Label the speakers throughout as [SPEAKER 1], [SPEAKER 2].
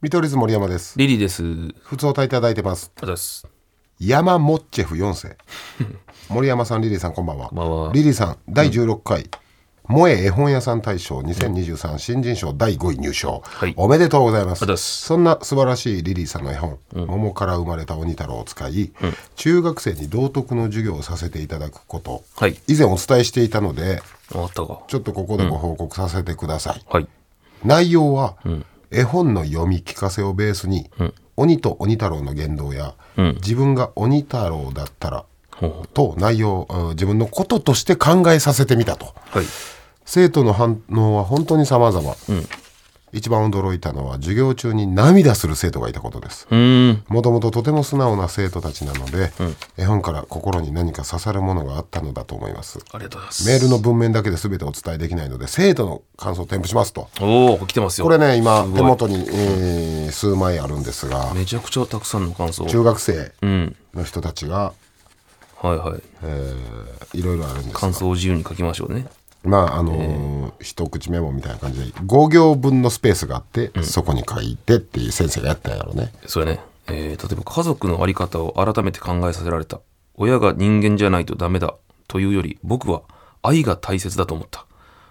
[SPEAKER 1] 見取り図森山です。
[SPEAKER 2] リリーです。ありがとう
[SPEAKER 1] 普通おたいただいてます。
[SPEAKER 2] ございます。
[SPEAKER 1] 山モッチェフ4世。 森山さん、リリーさん、こんばんは。
[SPEAKER 2] こんばんは
[SPEAKER 1] リリーさん、第16回、萌え絵本屋さん大賞2023新人賞第5位入賞、
[SPEAKER 2] はい
[SPEAKER 1] おめでとうございます
[SPEAKER 2] ありがとうございます
[SPEAKER 1] そんな素晴らしいリリーさんの絵本「桃から生まれた鬼太郎」を使い、中学生に道徳の授業をさせていただくこと、
[SPEAKER 2] はい
[SPEAKER 1] 以前お伝えしていたので
[SPEAKER 2] 終わったか。
[SPEAKER 1] ちょっとここでご報告させてください、
[SPEAKER 2] はい。
[SPEAKER 1] 内容は、絵本の読み聞かせをベースに、鬼と鬼太郎の言動や、自分が鬼太郎だったらと内容うん自分のこととして考えさせてみたと
[SPEAKER 2] はい。
[SPEAKER 1] 生徒の反応は本当に様々、一番驚いたのは授業中に涙する生徒がいたことです
[SPEAKER 2] うーん。
[SPEAKER 1] もともととても素直な生徒たちなので、絵本から心に何か刺さるものがあったのだと思います
[SPEAKER 2] ありがとうございます。
[SPEAKER 1] メールの文面だけで全てお伝えできないので生徒の感想を添付しますと
[SPEAKER 2] おお、来てますよ。
[SPEAKER 1] これね今
[SPEAKER 2] すごい
[SPEAKER 1] 手元に、えー数枚あるんですが
[SPEAKER 2] めちゃくちゃたくさんの感想。
[SPEAKER 1] 中学生
[SPEAKER 2] うん。
[SPEAKER 1] の人たちが、
[SPEAKER 2] はいはい。
[SPEAKER 1] えーいろいろあるんですが
[SPEAKER 2] 感想を自由に書きましょうね。
[SPEAKER 1] まああのー一口メモみたいな感じで5行分のスペースがあって、そこに書いてっていう先生がやったんやろね
[SPEAKER 2] それね。えー、例えば家族の在り方を改めて考えさせられた。親が人間じゃないとダメだというより、僕は愛が大切だと思った。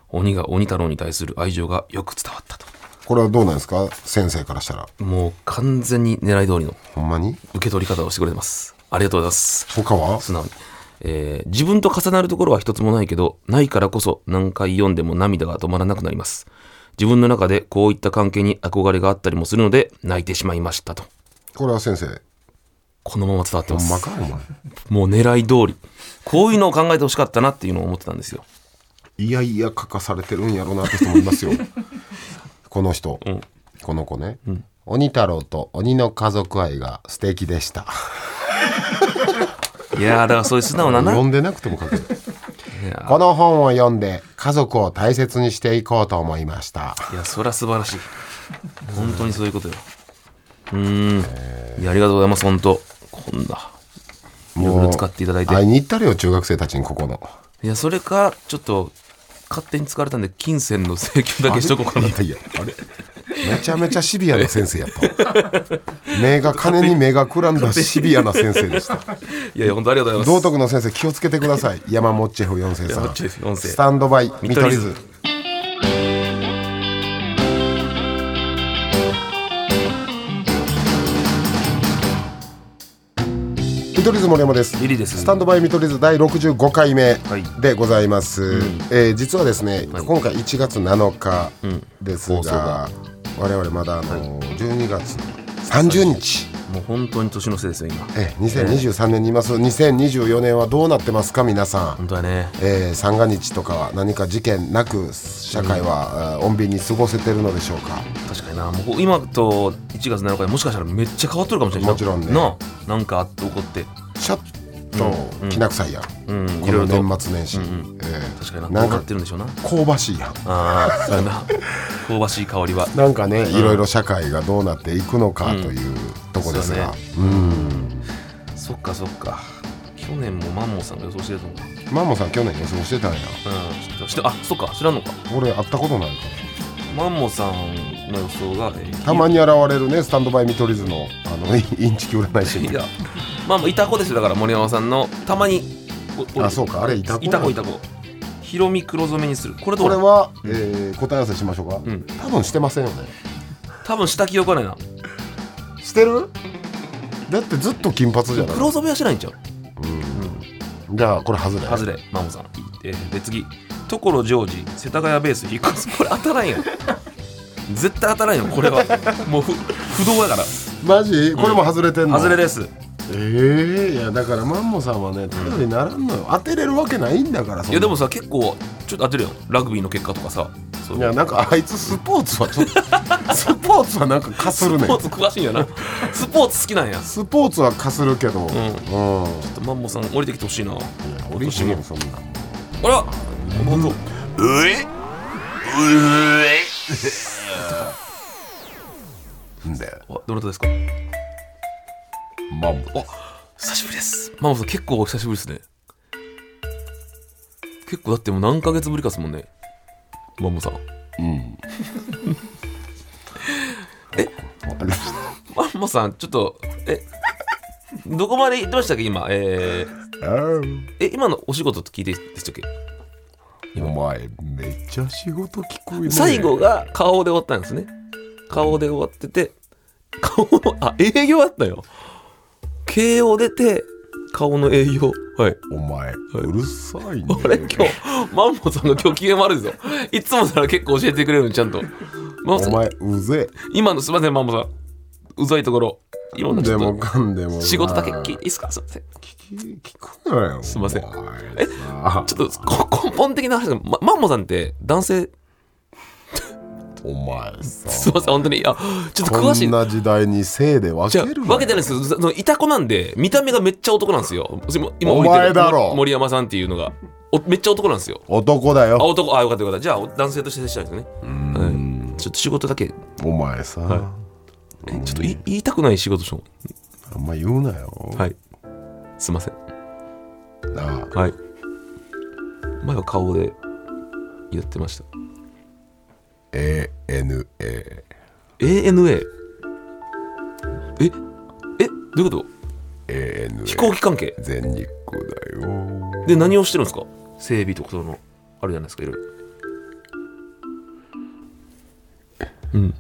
[SPEAKER 2] 鬼が鬼太郎に対する愛情がよく伝わったと。
[SPEAKER 1] これはどうなんですか先生からしたら
[SPEAKER 2] もう完全に狙い通りの
[SPEAKER 1] ほんまに
[SPEAKER 2] 受け取り方をしてくれてます。ありがとうございます。
[SPEAKER 1] 他は
[SPEAKER 2] 素直に、えー自分と重なるところは一つもないけどないからこそ何回読んでも涙が止まらなくなります自分の中でこういった関係に憧れがあったりもするので泣いてしまいましたと
[SPEAKER 1] これは先生
[SPEAKER 2] このまま伝わってま
[SPEAKER 1] ほん
[SPEAKER 2] す
[SPEAKER 1] まかお前
[SPEAKER 2] もう狙い通りこういうのを考えてほしかったなっていうのを思ってたんですよ
[SPEAKER 1] いやいや書かされてるんやろなって人もい ますよこの人、この子ね、鬼太郎と鬼の家族愛が素敵でした
[SPEAKER 2] いやーだからそういう素直な な
[SPEAKER 1] 読んでなくても書ける
[SPEAKER 2] いや
[SPEAKER 1] この本を読んで家族を大切にしていこうと思いました
[SPEAKER 2] いやそりゃ素晴らしい本当にそういうことようーんいやありがとうございます本当こんないろいろ使っていただいて
[SPEAKER 1] 会いに行ったれよ中学生たちにここの
[SPEAKER 2] いや、それか、ちょっと、勝手に疲れたんで、金銭の請求だけしとこうかな。
[SPEAKER 1] いやいやあれめちゃめちゃシビアな先生やった 目が金に目がくらんだシビアな先生でした
[SPEAKER 2] いやいや、本当ありがとうございま
[SPEAKER 1] 道
[SPEAKER 2] す。
[SPEAKER 1] 徳の先生気をつけてくださ い山もっちェフ4世さ
[SPEAKER 2] 山もっちェフ
[SPEAKER 1] ん
[SPEAKER 2] 四世
[SPEAKER 1] スタンドバイ見
[SPEAKER 2] 見
[SPEAKER 1] 取
[SPEAKER 2] 取
[SPEAKER 1] り
[SPEAKER 2] り
[SPEAKER 1] 図
[SPEAKER 2] 図
[SPEAKER 1] 見取り図森山です
[SPEAKER 2] リリーです
[SPEAKER 1] スタンドバイ見取り図第65回目
[SPEAKER 2] い
[SPEAKER 1] でございます、えー実はですね、今回1月7日です
[SPEAKER 2] 放送
[SPEAKER 1] が
[SPEAKER 2] が、
[SPEAKER 1] 我々まだあの、12月30日、
[SPEAKER 2] もう本当に年のせいですよ、今。
[SPEAKER 1] えー2023年にいます2024年はどうなってますか皆さん、
[SPEAKER 2] 本当はね。
[SPEAKER 1] えー三が日とかは何か事件なく社会は、あー穏便に過ごせてるのでしょうか
[SPEAKER 2] 確かにな。もう今と1月7日でもしかしたらめっちゃ変わっとるかもしれない。
[SPEAKER 1] もちろんね
[SPEAKER 2] なあなんかあって怒って。
[SPEAKER 1] ちょっときな臭いやん、
[SPEAKER 2] うん、い
[SPEAKER 1] こ
[SPEAKER 2] ろいろと。
[SPEAKER 1] の年末年始、えー
[SPEAKER 2] 確かに
[SPEAKER 1] な
[SPEAKER 2] な。ど
[SPEAKER 1] ん
[SPEAKER 2] うな
[SPEAKER 1] か
[SPEAKER 2] ってるんでしょうな。
[SPEAKER 1] 香ばしいやん
[SPEAKER 2] ああ、そうやな。香ばしい香りは。
[SPEAKER 1] なんかね、いろいろ社会がどうなっていくのかというとこですが、うん
[SPEAKER 2] そっかそっか。去年もマンモーさんが予想してると思う。うん、ち
[SPEAKER 1] マンモさん去年予想してたんや
[SPEAKER 2] ょっとして、あ、そっか、知らんのか。
[SPEAKER 1] 俺会ったことないか
[SPEAKER 2] マンモーさんの予想が、えー
[SPEAKER 1] らたまに現れるねスタンドバイ見取り図のあの インインチキ占い師
[SPEAKER 2] いや、まあまあ、いた子ですよ、だから森山さんの、たまに。お
[SPEAKER 1] あそうかあれいた子
[SPEAKER 2] いた子、いた子。ヒロミ黒染めにする。これど
[SPEAKER 1] これ
[SPEAKER 2] う
[SPEAKER 1] は、えー答え合わせしましょうか、
[SPEAKER 2] ん
[SPEAKER 1] 多分してませんよね
[SPEAKER 2] 多分した記憶はないな。
[SPEAKER 1] してるだってずっと金髪じゃない
[SPEAKER 2] 黒染めはしないんちゃう
[SPEAKER 1] じゃあこれ外れ
[SPEAKER 2] 外れ、マモさん。えー、で、次、所ジョージ、世田谷ベース引っ越す。これ当たらんよ。絶対当たらんよ、これは。もう不不動やから。
[SPEAKER 1] マジこれも外れてんの、
[SPEAKER 2] 外れです。
[SPEAKER 1] ええいやだからマンモさんはね頼りにならんのよ当てれるわけないんだからそん
[SPEAKER 2] い
[SPEAKER 1] な
[SPEAKER 2] や、でもさ、結構、ちょっと当てるよ。ラグビーの結果とかさ。そう
[SPEAKER 1] いやなんかあいつスポーツはちょっ とスポーツはなんかかするね
[SPEAKER 2] スポーツ詳しいんやな。スポーツ好きなんや。ち
[SPEAKER 1] スポーツはかするけどうん、いや
[SPEAKER 2] ょっとマンモさん降りてきてほしいな。
[SPEAKER 1] 俺一緒にそんな
[SPEAKER 2] あら本当
[SPEAKER 1] んだよ
[SPEAKER 2] あどなたですか
[SPEAKER 1] マンモ
[SPEAKER 2] 久しぶりですマモさん結構お久しぶりですね結構だってもう何ヶ月ぶりかですもんねマモさん
[SPEAKER 1] うん
[SPEAKER 2] えマンモさんちょっとえどこまで言ってましたっけ今えーえ今のお仕事と聞いてでしたっけ
[SPEAKER 1] お前めっちゃ仕事聞こえる
[SPEAKER 2] 最後が顔で終わったんですね顔で終わってて顔のあ営業あったよ慶応出て顔の営業はい
[SPEAKER 1] お前うるさいね
[SPEAKER 2] あれ今日マンモさんの今日機嫌悪いぞいつもなら結構教えてくれるのにちゃんとマンモさ
[SPEAKER 1] お
[SPEAKER 2] ん
[SPEAKER 1] 前うぜ
[SPEAKER 2] 今のすいませんマンモさんうざいところ今のち
[SPEAKER 1] で
[SPEAKER 2] ょっ
[SPEAKER 1] も
[SPEAKER 2] と
[SPEAKER 1] かんでもな
[SPEAKER 2] 仕事だけ聞いていいっすかすいません
[SPEAKER 1] 聞き聞くなよ
[SPEAKER 2] すいません
[SPEAKER 1] え
[SPEAKER 2] ちょっとこ根本的な話が、ま、マンモさんって男性
[SPEAKER 1] お前
[SPEAKER 2] す
[SPEAKER 1] さ
[SPEAKER 2] いません本当にいやちょっと詳
[SPEAKER 1] こ
[SPEAKER 2] しい
[SPEAKER 1] んな時代に性で分
[SPEAKER 2] じゃ
[SPEAKER 1] けるな
[SPEAKER 2] 分けてないですよそのいた子なんで見た目がめっちゃ男なんですよ今今
[SPEAKER 1] お
[SPEAKER 2] 置い
[SPEAKER 1] 前
[SPEAKER 2] てる
[SPEAKER 1] だろ
[SPEAKER 2] も森山さんっていうのがおめっちゃ男なんですよ
[SPEAKER 1] 男だ
[SPEAKER 2] あ
[SPEAKER 1] よ
[SPEAKER 2] 男あよかったよかったじゃあお男性として接したいですね
[SPEAKER 1] うん
[SPEAKER 2] ちょっと仕事だけ
[SPEAKER 1] お前さ、
[SPEAKER 2] えちょっとい言いたくない仕事しよ
[SPEAKER 1] あんま言うなよ
[SPEAKER 2] う、はいすいません
[SPEAKER 1] なあ
[SPEAKER 2] はい前は顔でやってました
[SPEAKER 1] ANA
[SPEAKER 2] ANA ええどういうこと
[SPEAKER 1] ANA
[SPEAKER 2] 飛行機関係
[SPEAKER 1] 全日空だよ
[SPEAKER 2] で何をしてるんですか整備とかそのあるじゃないですかいろいろうん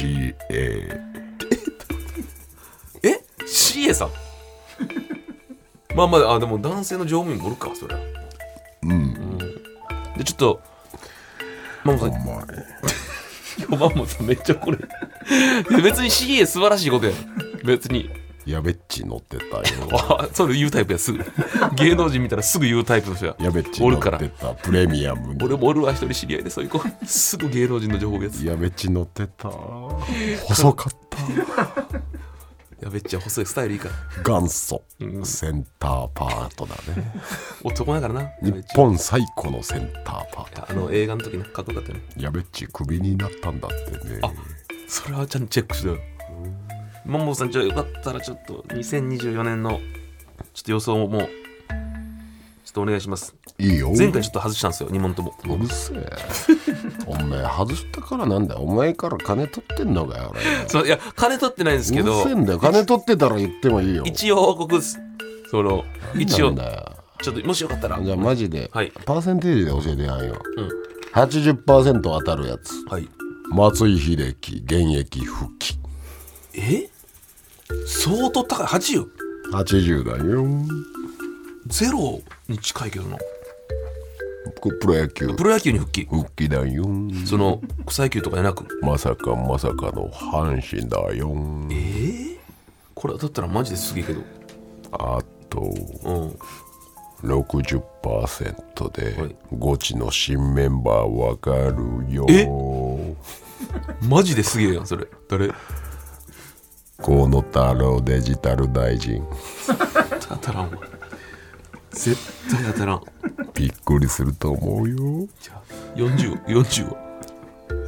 [SPEAKER 1] CA
[SPEAKER 2] え ?CA さん まあまああでも男性の乗務員もおるかそりゃうんでちょっとマンモさ
[SPEAKER 1] お
[SPEAKER 2] ん
[SPEAKER 1] 前
[SPEAKER 2] 今日マンモさんめっちゃこれ別に CA 素晴らしいことやん別に
[SPEAKER 1] やべっち乗ってたよ
[SPEAKER 2] あそれ言うタイプやすぐ芸能人見たらすぐ言うタイプの人や
[SPEAKER 1] やべっち
[SPEAKER 2] お
[SPEAKER 1] 乗
[SPEAKER 2] るから
[SPEAKER 1] ってたプレミアムに
[SPEAKER 2] 俺も俺は一人知り合いでそういう子 すぐ芸能人の情報やつ
[SPEAKER 1] やべっち乗ってた細かっ
[SPEAKER 2] やべっちゃ細いスタイルいいから
[SPEAKER 1] た元祖
[SPEAKER 2] うん
[SPEAKER 1] センターパートだね
[SPEAKER 2] 男だからなやべっ
[SPEAKER 1] 日
[SPEAKER 2] ちい
[SPEAKER 1] 本最古のセンターパート
[SPEAKER 2] やあの映画の時ねかっこよかったよね
[SPEAKER 1] やべっちクビになったんだってね
[SPEAKER 2] あそれはちゃんとチェックしろよマンボウさんじゃあよかったらちょっと2024年のちょっと予想ももうちょっとお願いします
[SPEAKER 1] いいよ
[SPEAKER 2] 前回ちょっと外したんですよ2問とも
[SPEAKER 1] うるせ えお前外したからなんだよお前から金取ってんのかよ俺
[SPEAKER 2] そういや金取ってないんですけ
[SPEAKER 1] うる
[SPEAKER 2] ど
[SPEAKER 1] せえんだよ金取ってたら言ってもいいよ
[SPEAKER 2] 一応報告ですその一
[SPEAKER 1] な
[SPEAKER 2] 応
[SPEAKER 1] んだよ
[SPEAKER 2] ちょっともしよかったら
[SPEAKER 1] じゃあマジで、
[SPEAKER 2] はい
[SPEAKER 1] パーセンテージで教えてやんよ、
[SPEAKER 2] ん
[SPEAKER 1] 80%当たるやつ
[SPEAKER 2] はい
[SPEAKER 1] 松井秀喜現役復帰
[SPEAKER 2] え相当高い80
[SPEAKER 1] 80だよ
[SPEAKER 2] ゼロに近いけどな
[SPEAKER 1] プロ野球
[SPEAKER 2] プロ野球に復帰
[SPEAKER 1] 復帰だよ
[SPEAKER 2] その草野球とかじゃなく
[SPEAKER 1] まさかまさかの阪神だよ
[SPEAKER 2] えー、これ当たったらマジですげえけど
[SPEAKER 1] あと
[SPEAKER 2] うん
[SPEAKER 1] 60%
[SPEAKER 2] はい
[SPEAKER 1] でゴチの新メンバーわかるよ
[SPEAKER 2] えマジですげえやんそれ誰
[SPEAKER 1] 河野太郎デジタル大臣
[SPEAKER 2] 当たらんわ絶対当たらん
[SPEAKER 1] びっくりすると思うよ
[SPEAKER 2] 4040 40は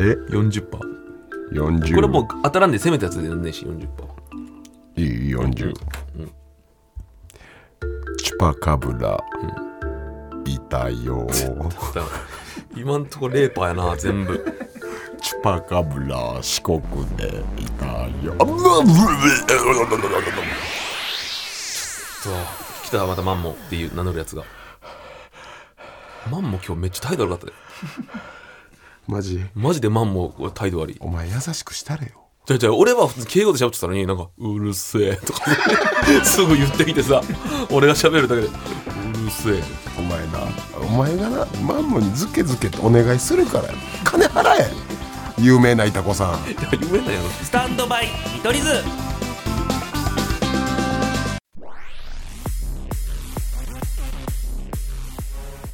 [SPEAKER 1] え
[SPEAKER 2] 40パー
[SPEAKER 1] 40
[SPEAKER 2] これもう当たらんで攻めたやつでやんねえし40パー
[SPEAKER 1] いい40、チュパカブラ、いたよ
[SPEAKER 2] 当たらん今んとこ0パーやな全部
[SPEAKER 1] チュパカブラ四国でいたよ
[SPEAKER 2] そう来たまたマンモっていう名乗るやつがマンモ今日めっちゃ態度悪かったで
[SPEAKER 1] マジ
[SPEAKER 2] マジでマンモ俺態度悪い
[SPEAKER 1] お前優しくしたれよ
[SPEAKER 2] じゃあじゃあ俺は普通に敬語で喋ってたのになんか「うるせえ」とか すぐ言ってきてさ俺が喋るだけで「うるせえ」
[SPEAKER 1] お前なお前がなマンモにズケズケとお願いするからよ金払え有名ないた子さん
[SPEAKER 2] いや夢だよ
[SPEAKER 3] スタンドバイ見取り図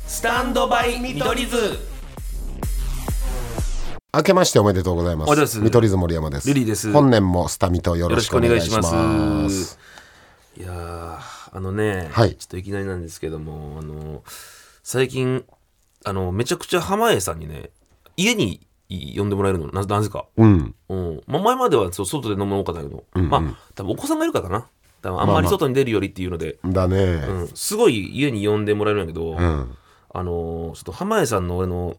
[SPEAKER 3] スタンドバイ見取り図
[SPEAKER 1] 明けましておめでとうございま
[SPEAKER 2] おめでとうござ
[SPEAKER 1] す
[SPEAKER 2] います
[SPEAKER 1] 見取り図森山です
[SPEAKER 2] リリーです
[SPEAKER 1] 本年もスタミとよ
[SPEAKER 2] よ
[SPEAKER 1] ろ
[SPEAKER 2] ろ
[SPEAKER 1] し
[SPEAKER 2] し
[SPEAKER 1] く
[SPEAKER 2] く
[SPEAKER 1] お
[SPEAKER 2] お
[SPEAKER 1] 願
[SPEAKER 2] 願
[SPEAKER 1] い
[SPEAKER 2] い
[SPEAKER 1] し
[SPEAKER 2] し
[SPEAKER 1] ま
[SPEAKER 2] ますす。いやーあのね、
[SPEAKER 1] はい
[SPEAKER 2] ちょっといきなりなんですけども、あの最近あのめちゃくちゃ濱家さんにね家に呼んでもらえるのななぜか、
[SPEAKER 1] うん
[SPEAKER 2] うんまあ、前まではそう外で飲むの多かったけど、まあ多分お子さんがいるからかな多分あん
[SPEAKER 1] まあ
[SPEAKER 2] ま
[SPEAKER 1] ま
[SPEAKER 2] り
[SPEAKER 1] あ
[SPEAKER 2] 外に出るよりっていうので、
[SPEAKER 1] だね
[SPEAKER 2] うん、すごい家に呼んでもらえるんやけど、
[SPEAKER 1] うん
[SPEAKER 2] あのちょっと濱家さんの俺の、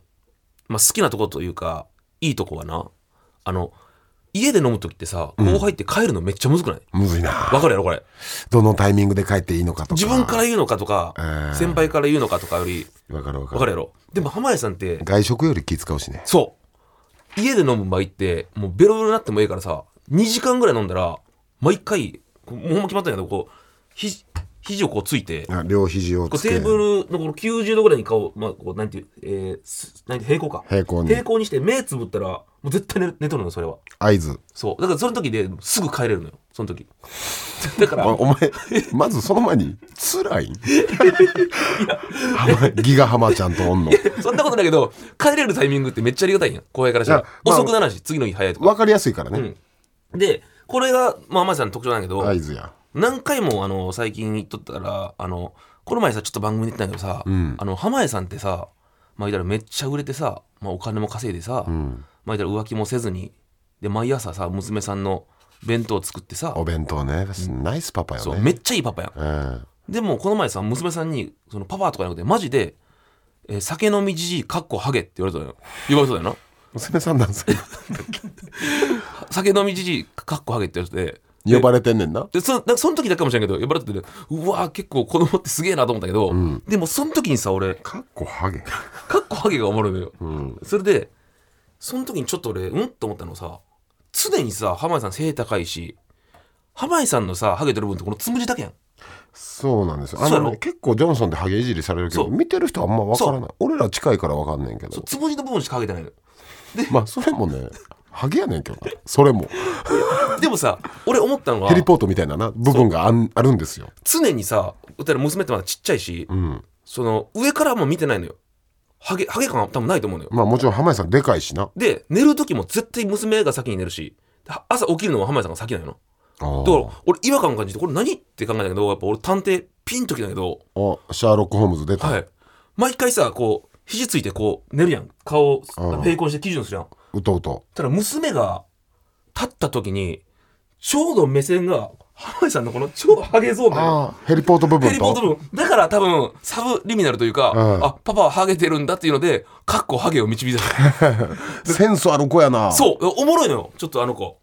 [SPEAKER 2] まあ、好きなとこというかいいとこはなあの家で飲む時ってさ後輩って帰るのめっちゃむずくない
[SPEAKER 1] むずいな
[SPEAKER 2] わかるやろこれ
[SPEAKER 1] どのタイミングで帰っていいのかとか
[SPEAKER 2] 自分から言うのかとか、
[SPEAKER 1] うん
[SPEAKER 2] 先輩から言うのかとかより
[SPEAKER 1] わかるわかる
[SPEAKER 2] わかるやろでも濱家さんって
[SPEAKER 1] 外食より気使うしね
[SPEAKER 2] そう家で飲む場合ってもうベロベロになってもいいからさ2時間ぐらい飲んだら毎回こうもうほんま決まったんやけどこうひ肘をこうついてこ
[SPEAKER 1] あ両肘を
[SPEAKER 2] う
[SPEAKER 1] つけ
[SPEAKER 2] テーブルのこの90度ぐらいに顔、まあ、こうなんていう、えーすなんて平行か
[SPEAKER 1] 平行に
[SPEAKER 2] 平行にして目つぶったらもう絶対寝寝とるのよそれは
[SPEAKER 1] 合図
[SPEAKER 2] そうだからその時ですぐ帰れるのよその時 だから
[SPEAKER 1] おお前まずその前に辛いん浜ギガハマちゃんとおんの
[SPEAKER 2] そんなことないけど、帰れるタイミングってめっちゃありがたいんやん。後輩からした
[SPEAKER 1] い
[SPEAKER 2] ら
[SPEAKER 1] や。まあ
[SPEAKER 2] 遅くならんし、次の日早いとか。
[SPEAKER 1] わかりやすいからね、
[SPEAKER 2] で、これが、まあ、浜田さんの特徴なんやけど、
[SPEAKER 1] 合図や
[SPEAKER 2] 何回も、あの、最近言っとったら、あの、この前さ、ちょっと番組で言ってたんやけどさ、
[SPEAKER 1] ん
[SPEAKER 2] あの、浜江さんってさ、まあ、言ったらめっちゃ売れてさ、まあ、お金も稼いでさ、
[SPEAKER 1] ん
[SPEAKER 2] まあ、言ったら浮気もせずに、で、毎朝さ、娘さんの弁当を作ってさ、
[SPEAKER 1] お弁当ねナイスパパよ
[SPEAKER 2] そう、
[SPEAKER 1] ね
[SPEAKER 2] めっちゃいいパパやん。
[SPEAKER 1] うん
[SPEAKER 2] でもこの前さ娘さんにそのパパとかじゃなくてマジで、えー酒飲みじじいかっこハゲって言われたのよ言われたよな
[SPEAKER 1] 娘さんなんですけど
[SPEAKER 2] 酒飲みじじいかっこハゲって言われて
[SPEAKER 1] 呼ばれてんねんな
[SPEAKER 2] でそなんかその時だけかもしれんけど呼ばれててうわー結構子供ってすげえなと思ったけど、でもその時にさ俺
[SPEAKER 1] かっこハゲ
[SPEAKER 2] かっこハゲがおもろいのよ、
[SPEAKER 1] ん
[SPEAKER 2] それでその時にちょっと俺うんと思ったのさ常にさ濱家さん背高いし濱家さんのさハゲてる部分ってこのつむじだけやん
[SPEAKER 1] そうなんですよあ
[SPEAKER 2] そうや
[SPEAKER 1] の
[SPEAKER 2] ろ
[SPEAKER 1] ね結構ジョンソンってハゲいじりされるけど
[SPEAKER 2] そう
[SPEAKER 1] 見てる人はあんまわからない俺ら近いからわかんねんけ
[SPEAKER 2] そう
[SPEAKER 1] ど
[SPEAKER 2] つむじの部分しかハゲてないのよ
[SPEAKER 1] まあそれもねハゲやねんけどなそれも
[SPEAKER 2] でもさ俺思ったのは
[SPEAKER 1] ヘリポートみたいなな部分があんあるんですよ
[SPEAKER 2] 常にさだったら娘ってまだちっちゃいし、
[SPEAKER 1] うん
[SPEAKER 2] その上からも見てないのよハゲハゲ感は多分ないと思うのよ
[SPEAKER 1] まあもちろん濱家さんでかいしな
[SPEAKER 2] で寝る時も絶対娘が先に寝るしは朝起きるのは濱家さんが先なの
[SPEAKER 1] あ
[SPEAKER 2] だから俺違和感感じてこれ何って考えたけどやっぱ俺探偵ピンときたけど
[SPEAKER 1] おシャーロック・ホームズ出た、
[SPEAKER 2] はい毎回さこう肘ついてこう寝るやん顔を
[SPEAKER 1] あー
[SPEAKER 2] 平行にして基準するやん
[SPEAKER 1] うとうと
[SPEAKER 2] ただ娘が立った時にちょうど目線が濱家さんのこのちょうどハゲゾーンなのよ
[SPEAKER 1] ああヘリポート部分と
[SPEAKER 2] ヘリポート部分だから多分サブリミナルというか、
[SPEAKER 1] うん
[SPEAKER 2] あパパはハゲてるんだっていうのでかっこハゲを導いた
[SPEAKER 1] センスある子やな
[SPEAKER 2] そうおもろいのよちょっとあの子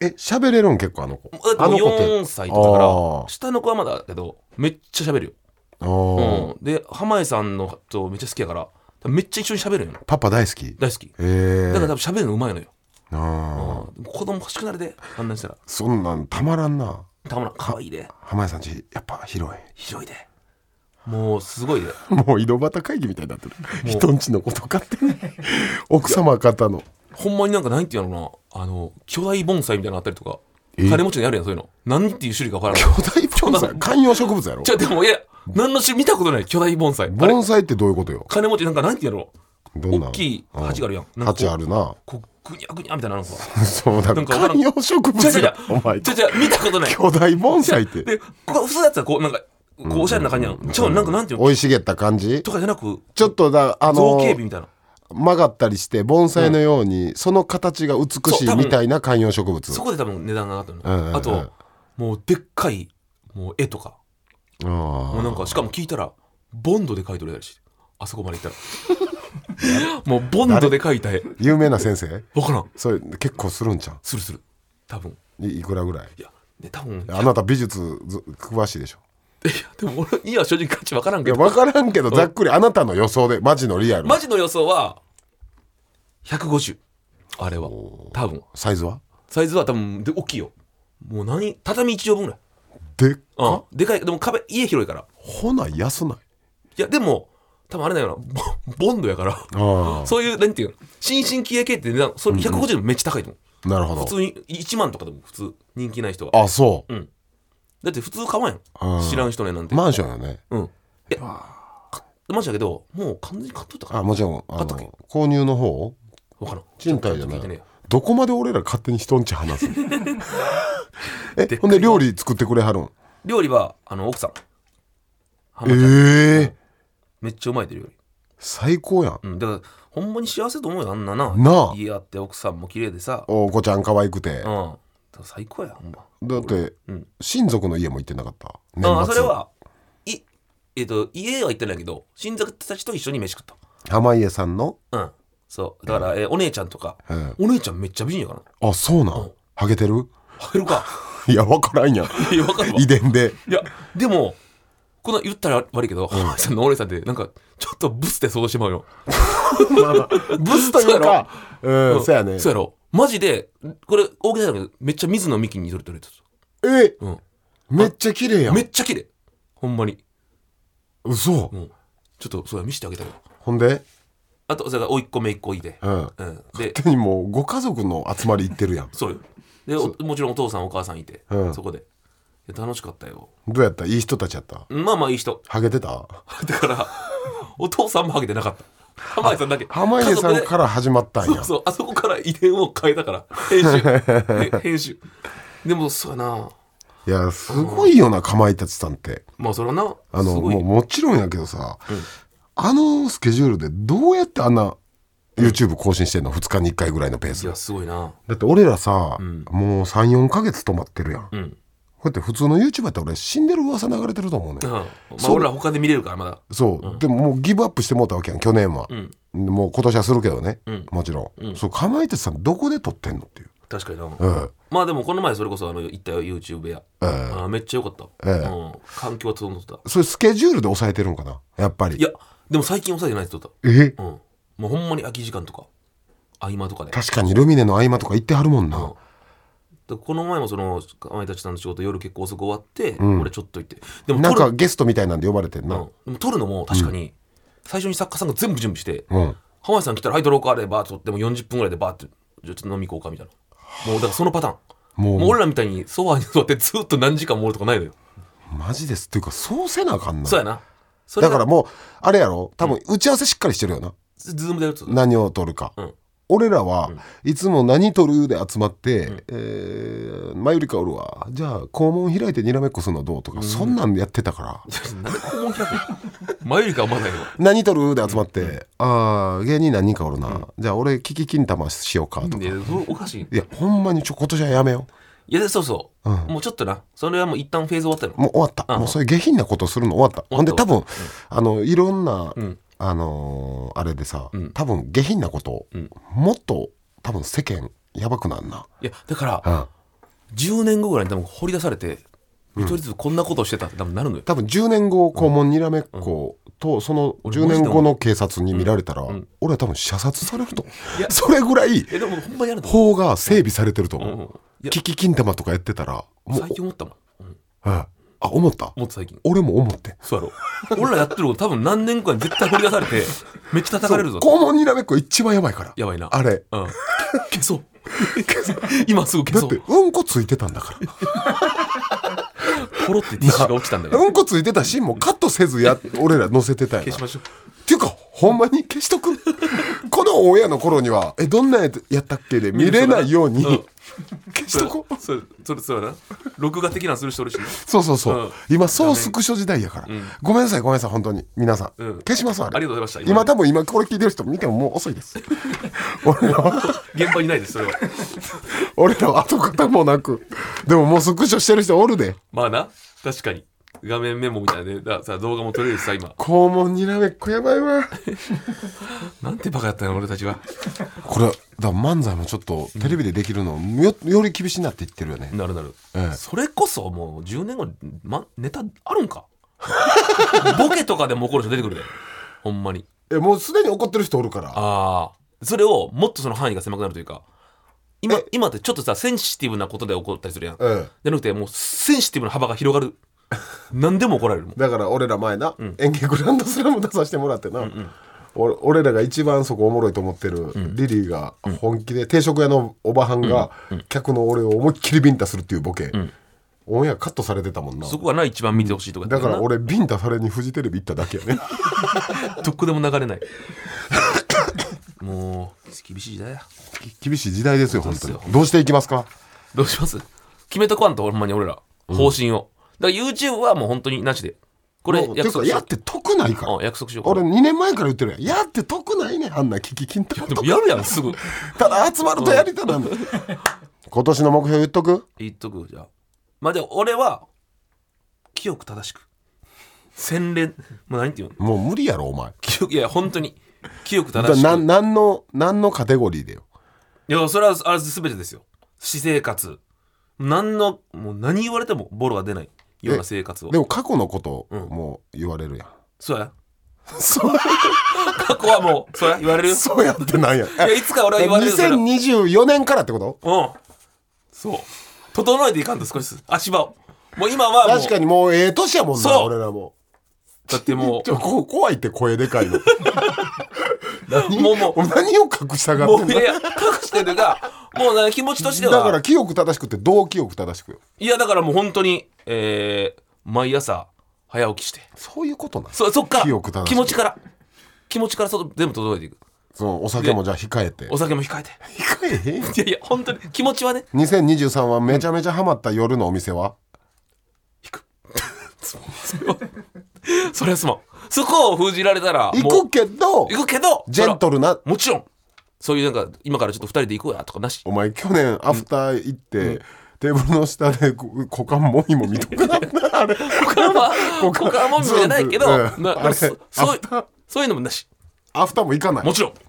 [SPEAKER 1] え喋れるん結構あの子
[SPEAKER 2] だって
[SPEAKER 1] あ
[SPEAKER 2] も
[SPEAKER 1] の
[SPEAKER 2] う
[SPEAKER 1] 子って
[SPEAKER 2] 4歳とかだか
[SPEAKER 1] あ
[SPEAKER 2] ら
[SPEAKER 1] ー
[SPEAKER 2] 下の子はまだだけどめっちゃ喋る
[SPEAKER 1] あ
[SPEAKER 2] よ、う
[SPEAKER 1] ー
[SPEAKER 2] んで濱家さんのとめっちゃ好きやからめっちゃ一緒に喋るんよ
[SPEAKER 1] パパ大好きへ
[SPEAKER 2] 大好き
[SPEAKER 1] え
[SPEAKER 2] だから多分喋るのうまいのよ、
[SPEAKER 1] あー
[SPEAKER 2] うん子供欲しくなるであんなんしたら
[SPEAKER 1] そんなんたまらんな
[SPEAKER 2] たまらんかわいいで
[SPEAKER 1] 濱家さんちやっぱ広い
[SPEAKER 2] 広いでもうすごいで
[SPEAKER 1] もう井戸端会議みたいになってる人んちのこと勝手に 奥様方の
[SPEAKER 2] ほんまになんかなんていうのかなあの巨大盆栽みたいなのあったりとか
[SPEAKER 1] え
[SPEAKER 2] 金持ちにあるやんそういうの何っていう種類か分からない
[SPEAKER 1] 巨大盆栽 観葉植物やろ
[SPEAKER 2] じゃでもいや何の種類見たことない巨大盆栽あれ
[SPEAKER 1] 盆栽ってどういうことよ
[SPEAKER 2] 金持ちなんかなんていうの
[SPEAKER 1] どんな
[SPEAKER 2] 大きい鉢があるやんなんかこ
[SPEAKER 1] 鉢
[SPEAKER 2] う
[SPEAKER 1] あるな
[SPEAKER 2] こうぐにゃぐにゃみたいなの さ
[SPEAKER 1] そうなん
[SPEAKER 2] なん
[SPEAKER 1] か
[SPEAKER 2] かわからん
[SPEAKER 1] 観葉植
[SPEAKER 2] じゃ
[SPEAKER 1] 物
[SPEAKER 2] じゃ
[SPEAKER 1] や
[SPEAKER 2] じ
[SPEAKER 1] お前
[SPEAKER 2] ゃじゃ見たことない
[SPEAKER 1] 巨大盆栽って
[SPEAKER 2] でここ普通のやつはこうなんかこうおしゃれな感じやんちゃうなんかなんていうの
[SPEAKER 1] 生い茂った感じ
[SPEAKER 2] とかじゃなく
[SPEAKER 1] ちょっとだあ
[SPEAKER 2] 造
[SPEAKER 1] の
[SPEAKER 2] 形美みたいな
[SPEAKER 1] 曲がったりして盆栽のようにその形が美し
[SPEAKER 2] そう多
[SPEAKER 1] い
[SPEAKER 2] 分
[SPEAKER 1] みたいな観葉植物
[SPEAKER 2] そこで多分値段が上がった
[SPEAKER 1] うんうんう
[SPEAKER 2] の
[SPEAKER 1] ん
[SPEAKER 2] あともうでっかいもう絵とか
[SPEAKER 1] あ
[SPEAKER 2] もう
[SPEAKER 1] ー
[SPEAKER 2] なんかしかも聞いたらボンドで描いてるやるしあそこまで行ったら もうボンドで描いた絵
[SPEAKER 1] 有名な先生
[SPEAKER 2] 分からん
[SPEAKER 1] それ結構するんちゃ
[SPEAKER 2] するする多分
[SPEAKER 1] ういいくらぐらい
[SPEAKER 2] いやね多分いや
[SPEAKER 1] あなた美術ず詳しいでしょ
[SPEAKER 2] でも俺には正直価値分からん
[SPEAKER 1] い
[SPEAKER 2] け
[SPEAKER 1] や
[SPEAKER 2] ど
[SPEAKER 1] 分からんけどざっくりあなたの予想でマジのリアル
[SPEAKER 2] マジの予想は150あれは多分
[SPEAKER 1] サイズは
[SPEAKER 2] サイズは多分で大きいよもう何畳1畳分ぐらい
[SPEAKER 1] でっ
[SPEAKER 2] うん
[SPEAKER 1] か
[SPEAKER 2] でかいでも壁家広いから
[SPEAKER 1] ほな安ない
[SPEAKER 2] いやでも多分あれだよな ボボンドやから
[SPEAKER 1] あ
[SPEAKER 2] そういうなんていうの新進気鋭系って値段それ150でもめっちゃ高いと思
[SPEAKER 1] あ
[SPEAKER 2] う、
[SPEAKER 1] なるほど
[SPEAKER 2] 普通に1万とかでも普通人気ない人は
[SPEAKER 1] あそ
[SPEAKER 2] だって普通買わんや
[SPEAKER 1] うんん
[SPEAKER 2] 知らん人ねなん
[SPEAKER 1] う
[SPEAKER 2] て
[SPEAKER 1] マンションよね
[SPEAKER 2] うんえかマジだけどもう完全に買っとったか
[SPEAKER 1] あ
[SPEAKER 2] ら
[SPEAKER 1] もちろんあ
[SPEAKER 2] 買っとけ
[SPEAKER 1] の購入の方
[SPEAKER 2] 分からん
[SPEAKER 1] 賃貸じゃな
[SPEAKER 2] ちょっと聞いてね
[SPEAKER 1] いどこまで俺ら勝手に人んち話す え
[SPEAKER 2] っかい
[SPEAKER 1] ほんで料理作ってくれはるん
[SPEAKER 2] 料理はあの奥さん浜ちゃん
[SPEAKER 1] ええ
[SPEAKER 2] めっちゃうまいで料理
[SPEAKER 1] 最高やん
[SPEAKER 2] うんだからほんまに幸せと思うよあんなな
[SPEAKER 1] なあ
[SPEAKER 2] 家あって奥さんも綺麗でさ
[SPEAKER 1] お子ちゃん可愛くて
[SPEAKER 2] うんだから最高やほんま
[SPEAKER 1] だって
[SPEAKER 2] うん
[SPEAKER 1] 親族の家も行ってなかった年
[SPEAKER 2] あそ
[SPEAKER 1] 末
[SPEAKER 2] れはいえっ、と家は行ってないけど親族たちと一緒に飯食っ
[SPEAKER 1] 濱家さんの
[SPEAKER 2] たうんそうだから、えーお姉ちゃんとか、
[SPEAKER 1] うん
[SPEAKER 2] お姉ちゃんめっちゃ美人やから
[SPEAKER 1] あそうなんハゲてる
[SPEAKER 2] 入るか
[SPEAKER 1] いや分から んやん
[SPEAKER 2] いやわかるわ
[SPEAKER 1] 遺伝 で
[SPEAKER 2] いやでもこの言ったら悪いけど浜田さんのお姉さんってなんかちょっとブスって想像してまうよ
[SPEAKER 1] ブスというかうんそうやね
[SPEAKER 2] そうやろマジでこれ大げさだけどめっちゃ水野美紀に似とれてるやつ
[SPEAKER 1] え
[SPEAKER 2] うん
[SPEAKER 1] めっちゃ綺麗や
[SPEAKER 2] め
[SPEAKER 1] ん
[SPEAKER 2] っちゃ綺麗ほんまに
[SPEAKER 1] 嘘
[SPEAKER 2] うんちょっとそうや見せてあげたよ
[SPEAKER 1] ほんで
[SPEAKER 2] あとそれからおいっ子めいっ子いで
[SPEAKER 1] うん
[SPEAKER 2] うんで
[SPEAKER 1] 手にもうご家族の集まり行ってるやん
[SPEAKER 2] そうよでおもちろんお父さんお母さんいて、
[SPEAKER 1] うん
[SPEAKER 2] そこでいや楽しかったよ
[SPEAKER 1] どうやったいい人たちやった
[SPEAKER 2] まあまあいい人
[SPEAKER 1] ハゲてた
[SPEAKER 2] だからお父さんもハゲてなかった濱家さんだけ
[SPEAKER 1] 濱家さ
[SPEAKER 2] 家族
[SPEAKER 1] ん
[SPEAKER 2] で
[SPEAKER 1] から始まったん
[SPEAKER 2] そ
[SPEAKER 1] や
[SPEAKER 2] うそう、あそこから遺伝を変えたから、編 集。ね編集。でも、そうやな。
[SPEAKER 1] いやすごいよなかまいたちさんって
[SPEAKER 2] まあ、それはな、
[SPEAKER 1] あ
[SPEAKER 2] す
[SPEAKER 1] の
[SPEAKER 2] ごい
[SPEAKER 1] もうもちろんやけどさ、あのスケジュールでどうやってあんな YouTube 更新してんの2日に1回ぐらいのペー
[SPEAKER 2] い
[SPEAKER 1] ス
[SPEAKER 2] や、すごいな。
[SPEAKER 1] だって俺らさ、もう34ヶ月止まってるやん、
[SPEAKER 2] うん。
[SPEAKER 1] こうやって普通の YouTuber って俺死んでる噂流れてると思うね、
[SPEAKER 2] うん
[SPEAKER 1] ん
[SPEAKER 2] まあ、
[SPEAKER 1] そう
[SPEAKER 2] 俺ら他で見れるから、まだ。
[SPEAKER 1] そう、でももうギブアップしてもうたわけやん去年は、
[SPEAKER 2] ん
[SPEAKER 1] もう今年はするけどね、
[SPEAKER 2] ん
[SPEAKER 1] もちろん、そうかまいたちさんどこで撮ってんのっていう
[SPEAKER 2] 確かにな。
[SPEAKER 1] うん
[SPEAKER 2] まあ、でも、この前、それこそ、あの、行ったよ、YouTube や。あめっちゃ良かった。
[SPEAKER 1] ええ
[SPEAKER 2] うん。環境は整ってた。
[SPEAKER 1] それスケジュールで抑えてるんかなやっぱり
[SPEAKER 2] いや、でも最近抑えてないって言っ
[SPEAKER 1] え
[SPEAKER 2] た。うん。もうほんまに空き時間とか、合間とかで。
[SPEAKER 1] 確かにルミネの合間とか行ってはるもんな、
[SPEAKER 2] でこの前もその、かまいたちさんの仕事夜結構遅く終わって、俺ちょっと行って。でも
[SPEAKER 1] なん
[SPEAKER 2] 撮る
[SPEAKER 1] かゲストみたいなんで呼ばれてんな、
[SPEAKER 2] うんでも撮るのも確かに、最初に作家さんが全部準備して、
[SPEAKER 1] うん
[SPEAKER 2] 浜田さん来たら「はい撮ろうか」でバーッと撮ってもう40分ぐらいでバーッと「じゃあちょっと飲み行こうか」みたいなもうだからそのパターン
[SPEAKER 1] もう
[SPEAKER 2] 俺らみたいにソファーに座ってずっと何時間もおるとかないのよ、
[SPEAKER 1] マジですっていうかそうせなあかんな
[SPEAKER 2] そうやなそれ
[SPEAKER 1] だ
[SPEAKER 2] が
[SPEAKER 1] からもうあれやろ多分打ち合わせしっかりしてるよな、
[SPEAKER 2] ズームでやると
[SPEAKER 1] 何を撮るか、
[SPEAKER 2] うん
[SPEAKER 1] 俺らはいつも何撮るで集まって、えー前よりかおるわじゃあ肛門開いてにらめっこするのはどうとか、そんなんやってた から
[SPEAKER 2] なんで肛門開くの前よりかはまだよ
[SPEAKER 1] 何撮るで集まって、ああ芸人何人かおるな、じゃあ俺キキ金玉しようかとか、
[SPEAKER 2] いやそれおかしい
[SPEAKER 1] いやほんまにちょ今年はやめよ
[SPEAKER 2] いやでそうそう、
[SPEAKER 1] うん
[SPEAKER 2] もうちょっとなそれはもう一旦フェーズ終わったの
[SPEAKER 1] うもう終わった、
[SPEAKER 2] うん
[SPEAKER 1] もうそういう下品なことするの終わった
[SPEAKER 2] 終わった
[SPEAKER 1] ほんで多分、あのいろんな、
[SPEAKER 2] ん
[SPEAKER 1] あのーあれでさ、
[SPEAKER 2] ん
[SPEAKER 1] 多分下品なことを、
[SPEAKER 2] ん
[SPEAKER 1] もっと多分世間やばくなんな、
[SPEAKER 2] いやだから、
[SPEAKER 1] うん、
[SPEAKER 2] 10年後ぐらいに多分掘り出されて見取り図こんなことをしてたって多分なるのよ、
[SPEAKER 1] 多分10年後肛門にらめっこと、その10年後の警察に見られたら、俺は多分射殺されると思う
[SPEAKER 2] いや
[SPEAKER 1] それぐらい
[SPEAKER 2] えでもほんまにやると思
[SPEAKER 1] 法が整備されてると
[SPEAKER 2] う、うん
[SPEAKER 1] 思
[SPEAKER 2] いうや
[SPEAKER 1] キキ金玉とかやってたらもう、
[SPEAKER 2] 最近思ったもん、うん、
[SPEAKER 1] うんあ思った
[SPEAKER 2] 思った最近
[SPEAKER 1] 俺も思って
[SPEAKER 2] そうやろ。俺らやってること多分何年かに絶対掘り出されて、めっちゃ叩かれるぞ。
[SPEAKER 1] 肛門にらめっこ一番やばいから
[SPEAKER 2] やばいな。
[SPEAKER 1] あれ
[SPEAKER 2] うん。消そう。 今すぐ
[SPEAKER 1] だ
[SPEAKER 2] 消
[SPEAKER 1] っ
[SPEAKER 2] そ
[SPEAKER 1] て
[SPEAKER 2] う。
[SPEAKER 1] うんこついてたんだから
[SPEAKER 2] ポロってティッシュが落ちたんだから。
[SPEAKER 1] うんこついてたシーンもカットせずや俺ら載せてたやん
[SPEAKER 2] 消しま
[SPEAKER 1] っ
[SPEAKER 2] しょう。
[SPEAKER 1] ていうかほんまに消しと くこのオンエアの頃にはえどんなやつやったっけで見れないように、
[SPEAKER 2] うん
[SPEAKER 1] 消しとこう
[SPEAKER 2] それ、それ、そうやな。録画的なのする人おるしな。
[SPEAKER 1] そうそうそう、
[SPEAKER 2] うん
[SPEAKER 1] 今そうスクショ時代やから、ごめんなさいごめんなさい本当に皆さん、
[SPEAKER 2] うん
[SPEAKER 1] 消しますあれ
[SPEAKER 2] ありがとうございました
[SPEAKER 1] 今多分今これ聞いてる人見てももう遅いです俺らは
[SPEAKER 2] 現場にないです、それは。
[SPEAKER 1] 俺らは跡形もなくでももうスクショしてる人おるで
[SPEAKER 2] まあな。確かに。画面メモみたいなね。だからさ、動画も撮れるしさ、今。
[SPEAKER 1] 肛門にらめっこやばいわ
[SPEAKER 2] なんてバカやったの、俺たちは。
[SPEAKER 1] これだから漫才もちょっとテレビでできるのよより厳しいなって言ってるよね、
[SPEAKER 2] なるなる。
[SPEAKER 1] ええ
[SPEAKER 2] それこそもう10年後に、ま、ネタある んかボケとかでも怒る人出てくるで。ほんまに。
[SPEAKER 1] えもうすでに怒ってる人おるから
[SPEAKER 2] ああそれをもっとその範囲が狭くなるというか今
[SPEAKER 1] え
[SPEAKER 2] 今ってちょっとさセンシティブなことで怒ったりするやん、
[SPEAKER 1] ええ
[SPEAKER 2] じゃなくてもうセンシティブな幅が広がる何でも怒られるもん
[SPEAKER 1] だから俺ら前な、演劇グランドスラム出させてもらってな、俺俺らが一番そこおもろいと思ってるリリーが本気で定食屋のおばはんが客の俺を思いっきりビンタするっていうボケ、オンエアカットされてたもんな
[SPEAKER 2] そこがな一番見てほしいとか
[SPEAKER 1] だから俺ビンタされにフジテレビ行っただけや ね
[SPEAKER 2] どこでも流れないもう厳しい時代や
[SPEAKER 1] 厳しい時代ですよ本当
[SPEAKER 2] そう
[SPEAKER 1] に
[SPEAKER 2] です
[SPEAKER 1] どうしていきますか
[SPEAKER 2] どうします決めとかんとほんまに俺ら方針を、だから YouTube はもう本当になしでこれ
[SPEAKER 1] もうてい
[SPEAKER 2] 約
[SPEAKER 1] うか
[SPEAKER 2] 束し
[SPEAKER 1] や
[SPEAKER 2] よ
[SPEAKER 1] って得ないか
[SPEAKER 2] う、うん、
[SPEAKER 1] ら
[SPEAKER 2] 約束しようか
[SPEAKER 1] 俺2年前から言ってるやんやって得ないねんあんなキキキンと
[SPEAKER 2] でもやるやんすぐ
[SPEAKER 1] ただ集まるとやりたなんだ今年の目標言っとく
[SPEAKER 2] 言っとくじゃあまあでも俺は清く正しく洗練もう何て言うの
[SPEAKER 1] もう無理やろお前
[SPEAKER 2] 清くいや本当に清く正
[SPEAKER 1] だ
[SPEAKER 2] し
[SPEAKER 1] な
[SPEAKER 2] く。
[SPEAKER 1] 何の何のカテゴリーでよ
[SPEAKER 2] いや、それは、あれ全てですよ。私生活。何の、もう何言われてもボロが出ないような生活を
[SPEAKER 1] で。も過去のことも言われるやん、
[SPEAKER 2] そうや。
[SPEAKER 1] そう
[SPEAKER 2] 過去はもう、そうや、言われるよ。
[SPEAKER 1] そうやってなんや
[SPEAKER 2] いやいつか俺は言われるから。うん。
[SPEAKER 1] 2024年からってこと
[SPEAKER 2] そう。整えていかんと少しずつ。足場を。もう今はもう、
[SPEAKER 1] 確かにもうええ年やもんな
[SPEAKER 2] そう
[SPEAKER 1] 俺らも
[SPEAKER 2] だっても
[SPEAKER 1] ちょこ怖いって声で かいの
[SPEAKER 2] う、もうもう、
[SPEAKER 1] 何を隠したがっ
[SPEAKER 2] も
[SPEAKER 1] てん
[SPEAKER 2] うい
[SPEAKER 1] の
[SPEAKER 2] やいや、隠してるが、もうな気持ちとしては。
[SPEAKER 1] だから清く正しくってどう清く正しくよ
[SPEAKER 2] いやだからもう本当に、えー、毎朝早起きして
[SPEAKER 1] そういうことなの
[SPEAKER 2] そそっから
[SPEAKER 1] 清く正しく
[SPEAKER 2] 気持ちから気持ちからそう全部届いていく
[SPEAKER 1] そのお酒もじゃあ控えて
[SPEAKER 2] お酒 も控えて
[SPEAKER 1] 控えへん
[SPEAKER 2] いやいや本当に気持ちはね
[SPEAKER 1] 2023はめちゃめちゃハマった夜のお店は、
[SPEAKER 2] それはすまんそこを封じられたら
[SPEAKER 1] 行
[SPEAKER 2] も
[SPEAKER 1] くけど
[SPEAKER 2] う行くけど
[SPEAKER 1] ジェントルな
[SPEAKER 2] そらもちろんそういうなんか今からちょっと二人で行こうやとかなし
[SPEAKER 1] お前去年アフター行って、テーブルの下でこ股間もみもみとかなったあれ
[SPEAKER 2] 股間は 股間はもみもみじゃないけど、
[SPEAKER 1] うん
[SPEAKER 2] な
[SPEAKER 1] あれ
[SPEAKER 2] そそうい
[SPEAKER 1] あった
[SPEAKER 2] そういうのもなし
[SPEAKER 1] アフターも行かない
[SPEAKER 2] もちろんで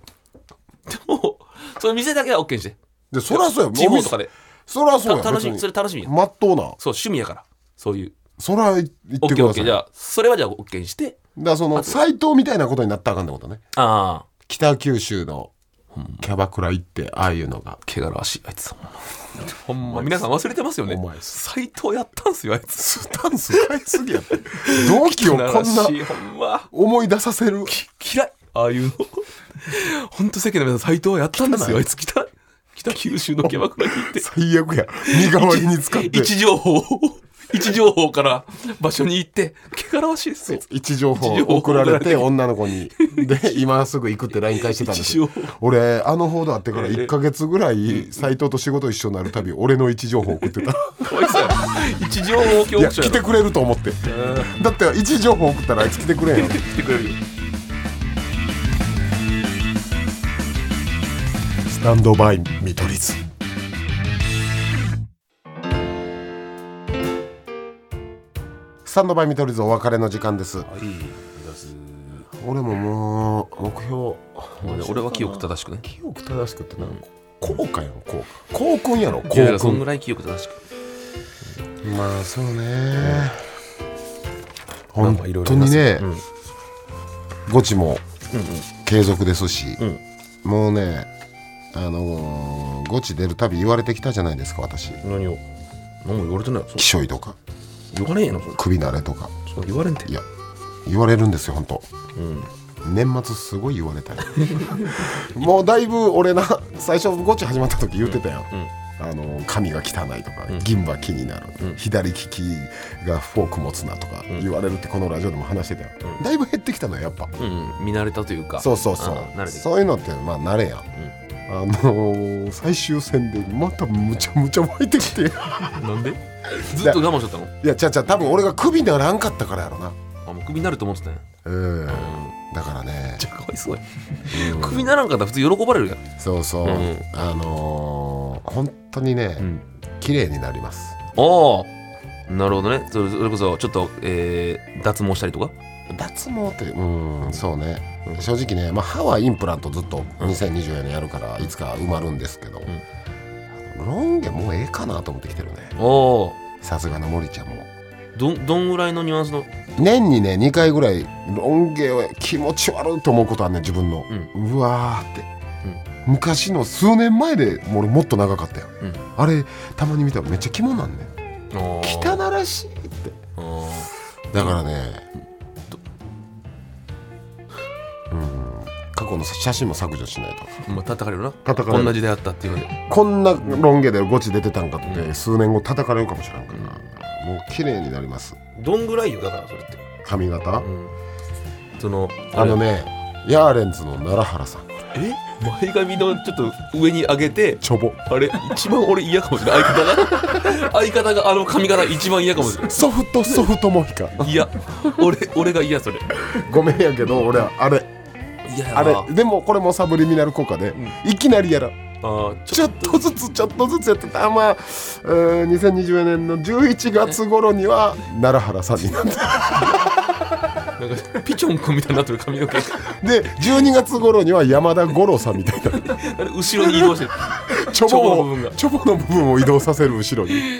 [SPEAKER 2] もそういう店だけは OK にして
[SPEAKER 1] でそらそうや
[SPEAKER 2] 地方とかで
[SPEAKER 1] お店そらそうや
[SPEAKER 2] た楽しみ
[SPEAKER 1] 別に
[SPEAKER 2] それ楽しみや
[SPEAKER 1] まっとうな
[SPEAKER 2] そう趣味やからそういう
[SPEAKER 1] そら行
[SPEAKER 2] オ
[SPEAKER 1] っ
[SPEAKER 2] ッ
[SPEAKER 1] てく
[SPEAKER 2] ケーオ
[SPEAKER 1] ださ
[SPEAKER 2] ッケ
[SPEAKER 1] い
[SPEAKER 2] ーじ
[SPEAKER 1] だ
[SPEAKER 2] ゃ
[SPEAKER 1] か
[SPEAKER 2] あそれはじゃあオッケーにして
[SPEAKER 1] らその斎藤みたいなことになったらあかんってことね
[SPEAKER 2] ああ
[SPEAKER 1] 北九州のキャバクラ行ってああいうのが
[SPEAKER 2] 怪我らしいあいつほんま皆さん忘れてますよね
[SPEAKER 1] お前
[SPEAKER 2] 斎藤やったんすよあいつ
[SPEAKER 1] スタンス買いすぎやって同期をこんな
[SPEAKER 2] 怪我らしいほんま
[SPEAKER 1] 思い出させる
[SPEAKER 2] 嫌いああいうの ほんと世間の皆さん斎藤やったんです
[SPEAKER 1] 汚
[SPEAKER 2] よ
[SPEAKER 1] い
[SPEAKER 2] あいつ北北九州のキャバクラに 行って
[SPEAKER 1] 最悪や身代わりに使って
[SPEAKER 2] 位置情報を位置情報から場所に行って怪我らしいですよ
[SPEAKER 1] 位置情報
[SPEAKER 2] 位置情報
[SPEAKER 1] 送られて女の子にで今すぐ行くって LINE 返してたんです
[SPEAKER 2] 位
[SPEAKER 1] よ
[SPEAKER 2] 置情報
[SPEAKER 1] 俺あの報道あってから1か月ぐらい斎藤と仕事一緒になるたび俺の位置情報送って た
[SPEAKER 2] かわいそうや位置情報教
[SPEAKER 1] いや
[SPEAKER 2] 育者
[SPEAKER 1] 来
[SPEAKER 2] や
[SPEAKER 1] て
[SPEAKER 2] ろ
[SPEAKER 1] くれると思ってだって位置情報送ったらあいつ来てくれんやん
[SPEAKER 2] 来てくれるよ
[SPEAKER 1] スタンドバイ見取り図スタンドバイ見取り図お別れの時間です
[SPEAKER 2] はい
[SPEAKER 1] 俺ももう目標
[SPEAKER 2] 俺は記憶正しくね
[SPEAKER 1] 記憶正しくってなんかこうかやんこうこうくんやろこ
[SPEAKER 2] いやいや
[SPEAKER 1] うく
[SPEAKER 2] そん
[SPEAKER 1] ん
[SPEAKER 2] ぐらい記憶正しく
[SPEAKER 1] まあそうね、本
[SPEAKER 2] まあいろいろ
[SPEAKER 1] 当
[SPEAKER 2] ありま
[SPEAKER 1] に
[SPEAKER 2] す
[SPEAKER 1] ね
[SPEAKER 2] ね、
[SPEAKER 1] ゴチも継続ですし、
[SPEAKER 2] ん
[SPEAKER 1] もうねあのーゴチ出るたび言われてきたじゃないですか私
[SPEAKER 2] 何を何も言われてないよそ
[SPEAKER 1] 気象いとか
[SPEAKER 2] 言われへんのそん
[SPEAKER 1] 首慣れとか
[SPEAKER 2] そん言われんて
[SPEAKER 1] いや言われるんですよ本当
[SPEAKER 2] うん
[SPEAKER 1] 年末すごい言われたよもうだいぶ俺な最初ゴチ始まった時言ってたよ、あの髪が汚いとか、銀歯気になる、左利きがフォーク持つなとか言われるってこのラジオでも話してたよ、だいぶ減ってきたのよやっぱ、
[SPEAKER 2] うんうん見慣れたというか
[SPEAKER 1] そうそうそ
[SPEAKER 2] あー慣
[SPEAKER 1] う
[SPEAKER 2] れてき
[SPEAKER 1] そういうのってまあ慣れやん、あのー最終戦でまたむちゃむちゃ湧いてき てい
[SPEAKER 2] たなんでずっと我慢しちゃったの
[SPEAKER 1] やちゃうちゃう多分俺がクビにならんかったからやろな
[SPEAKER 2] あもうクビになると思ってたんや
[SPEAKER 1] うんだからね
[SPEAKER 2] じゃあかわいそうやクビにならんかったら普通喜ばれるやん
[SPEAKER 1] そうそう、
[SPEAKER 2] うん
[SPEAKER 1] あのー本当にね、
[SPEAKER 2] ん
[SPEAKER 1] 綺麗になります
[SPEAKER 2] ああなるほどねそれそれこそちょっとえー脱毛したりとか
[SPEAKER 1] 脱毛ってうんそうね、正直ね、まあ、歯はインプラントずっと2024年やるからいつか埋まるんですけど、ロン毛もうええかなと思ってきてるね
[SPEAKER 2] ああ
[SPEAKER 1] さすがの森ちゃんも
[SPEAKER 2] どんどんぐらいのニュアンスの
[SPEAKER 1] 年にね2回ぐらいロン毛を気持ち悪いと思うことあんねん自分の、うわーって、昔の数年前でも俺もっと長かったよ、
[SPEAKER 2] うん
[SPEAKER 1] あれたまに見たらめっちゃ肝なんねん
[SPEAKER 2] 汚
[SPEAKER 1] 汚らしいってだからねうん過去の写真も削除しないと
[SPEAKER 2] まあ叩かれるな
[SPEAKER 1] 叩かれる
[SPEAKER 2] こんな時代あったっていうので
[SPEAKER 1] こんなロン毛でゴチ出てたんかって、数年後叩かれるかもしれんから、もう綺麗になります
[SPEAKER 2] どんぐらいよだからそれって
[SPEAKER 1] 髪型、
[SPEAKER 2] うんその
[SPEAKER 1] あのねヤーレンズの奈良原さん
[SPEAKER 2] え前髪のちょっと上に上げて
[SPEAKER 1] ちょぼ
[SPEAKER 2] あれ一番俺嫌かもしれない相方が相方があの髪型一番嫌かもしれな
[SPEAKER 1] ソフトソフトモヒカン
[SPEAKER 2] い嫌俺俺が嫌それ
[SPEAKER 1] ごめんやけど俺はあれ
[SPEAKER 2] 嫌やな
[SPEAKER 1] あれでもこれもサブリミナル効果で、いきなりやらん
[SPEAKER 2] あーち
[SPEAKER 1] ちょっとずつちょっとずつやってたまあうーん2020年の11月頃には奈良原さんになった
[SPEAKER 2] ょなんかピチョン君みたいになってる髪の毛あ
[SPEAKER 1] で12月頃には山田五郎さんみたいな
[SPEAKER 2] れ後ろに移動してるあ
[SPEAKER 1] チョ
[SPEAKER 2] ボの
[SPEAKER 1] ボ
[SPEAKER 2] 部分が
[SPEAKER 1] をチョボの部分を移動させる後ろに
[SPEAKER 2] ー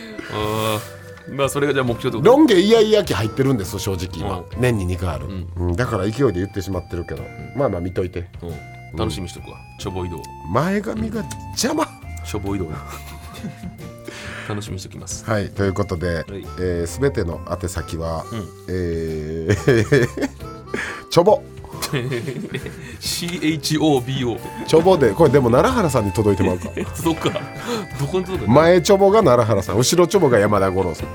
[SPEAKER 2] まあそれがじゃあ目標ってこと
[SPEAKER 1] ロン毛イヤイヤ期入ってるんです正直今、
[SPEAKER 2] うん
[SPEAKER 1] 年に2回ある、うんだから勢いで言ってしまってるけど、まあまあ見といて
[SPEAKER 2] うん楽しみにしとくわちょぼ移動
[SPEAKER 1] 前髪が邪魔、
[SPEAKER 2] ちょぼ移動 楽しみにしときます
[SPEAKER 1] はいということで、
[SPEAKER 2] い
[SPEAKER 1] えー、全ての宛先は、
[SPEAKER 2] ん
[SPEAKER 1] えー チョボ
[SPEAKER 2] CHOBO
[SPEAKER 1] チョボでこれでも奈良原さんに届いてもらうか
[SPEAKER 2] 届くかどこに届くの
[SPEAKER 1] 前チョボが奈良原さん後ろチョボが山田五郎さん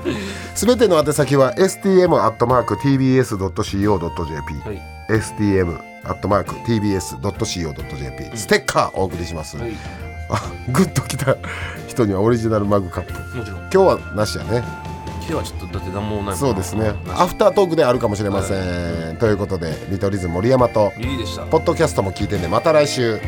[SPEAKER 1] すべての宛先は stm.tbs.co.jp、
[SPEAKER 2] はい
[SPEAKER 1] stm.tbs.co.jp、ステッカーお送りします、
[SPEAKER 2] はい
[SPEAKER 1] あグッときた人にはオリジナルマグカップ
[SPEAKER 2] もちろん
[SPEAKER 1] 今日はなしやね
[SPEAKER 2] 今日はちょっとだって何もないもんな
[SPEAKER 1] そうですねアフタートークであるかもしれません、ということで見取り図森山と
[SPEAKER 2] リリーでした
[SPEAKER 1] ポッドキャストも聞いてねまた来週